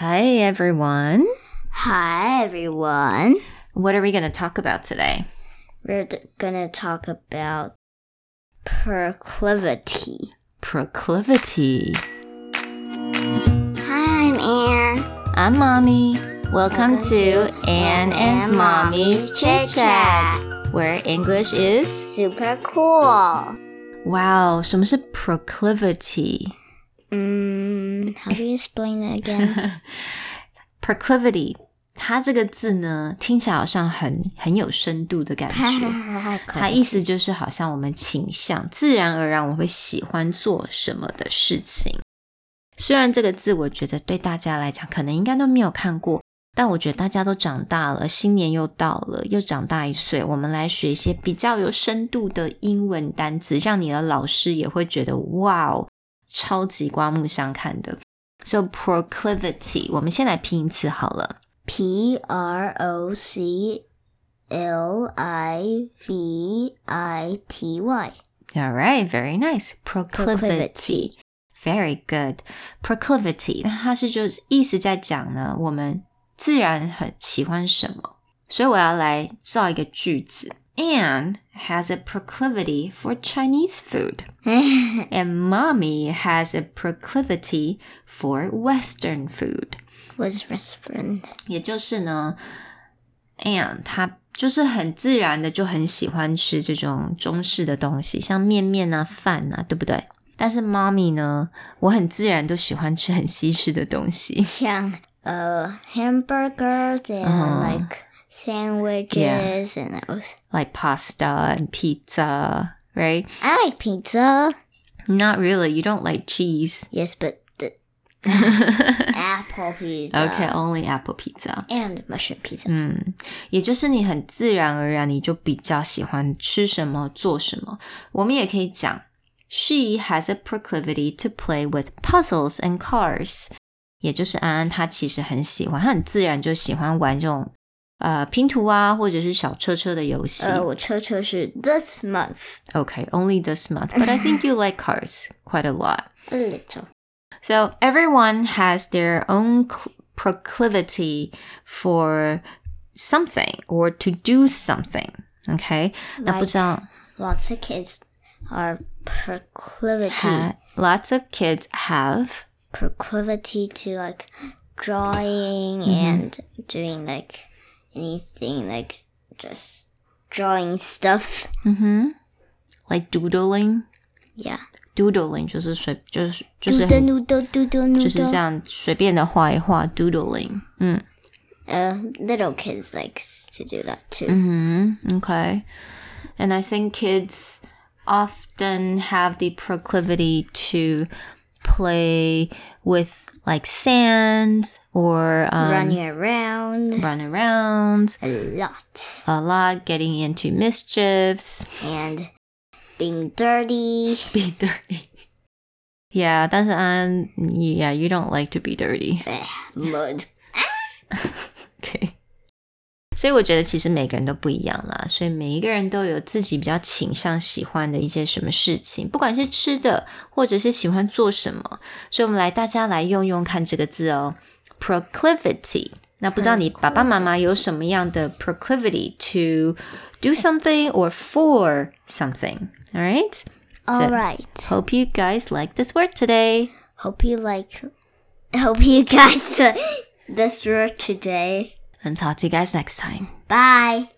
Hi, everyone. Hi, everyone. What are we going to talk about today? We're d- gonna talk about proclivity. Proclivity. Hi, I'm Anne. I'm Mommy. Welcome, Welcome to to Anne and Anne Mommy's Mommy's Chit Chit Chat, where English is. Super cool. Wow, 什么是 proclivity？ Mm, how do you explain that again? proclivity，它这个字呢，听起来好像很很有深度的感 觉。嗯它意思就是好像我们倾向，自然而然我会喜欢做什么的事情。虽然这个字我觉得对大家来讲可能应该都没有看过，但我觉得大家都长大了，新年又到了，又长大一岁，我们来学一些比较有深度的英文单词，让你的老师也会觉得哇哦，超级刮目相看的。So proclivity，我们先来拼一次好了。 P R O C L I V I T Y. All right, very nice. Proclivity, very good. Proclivity，那它是就是意思在讲呢，我们自然很喜欢什么，所以我要来造一个句子。Anne has a proclivity for Chinese food, and mommy has a proclivity for Western food. What's restaurant? 也就是呢，Anne 她就是很自然的就很喜欢吃这种中式的东西，像面面啊、饭啊，对不对？但是妈咪呢，我很自然都喜欢吃很西式的东西。像 uh hamburgers and Uh-huh. like sandwiches and those. like pasta and pizza, right? I like pizza. Not really. You don't like cheese. Yes, but the apple pizza. Okay, Mm. only apple pizza. And mushroom pizza. 嗯，也就是你很自然而然，你就比较喜欢吃什么做什么。我们也可以讲，She has a proclivity to play with puzzles and cars。也就是安安她其实很喜欢，她很自然就喜欢玩这种呃拼图啊，或者是小车车的游戏。 Uh, 我抽抽是 this month okay, only this month, but I think you like cars quite a lot. a little. So everyone has their own cl- proclivity for something or to do something. Okay，、那不知道 Lots of kids are proclivity ha- lots of kids have proclivity to like drawing Mm-hmm. and doing like anything like just drawing stuff. 嗯哼 like doodling Yeah. doodling 就是随就是就是很 Doodle noodle doodle 就是这 noodle. 样随便的画一画 doodling，嗯 Uh, little kids likes to do that too. 嗯哼 OK。And I think kids often have the proclivity to play with like sands or um, Running around run around a lot a lot, getting into mischiefs. and being dirty. be dirty. Yeah, 但是安 yeah, you don't like to be dirty. Eh, mud. OK，所以我觉得其实每个人都不一样啦，所以每一个人都有自己比较倾向喜欢的一些什么事情，不管是吃的或者是喜欢做什么。所以我们来大家来用用看这个字哦，proclivity。那不知道你爸爸妈妈有什么样的 proclivity to do something or for something? All right. All right. Hope you guys like this word today. Hope you like. Hope you guys this were today. And talk to you guys next time. Bye.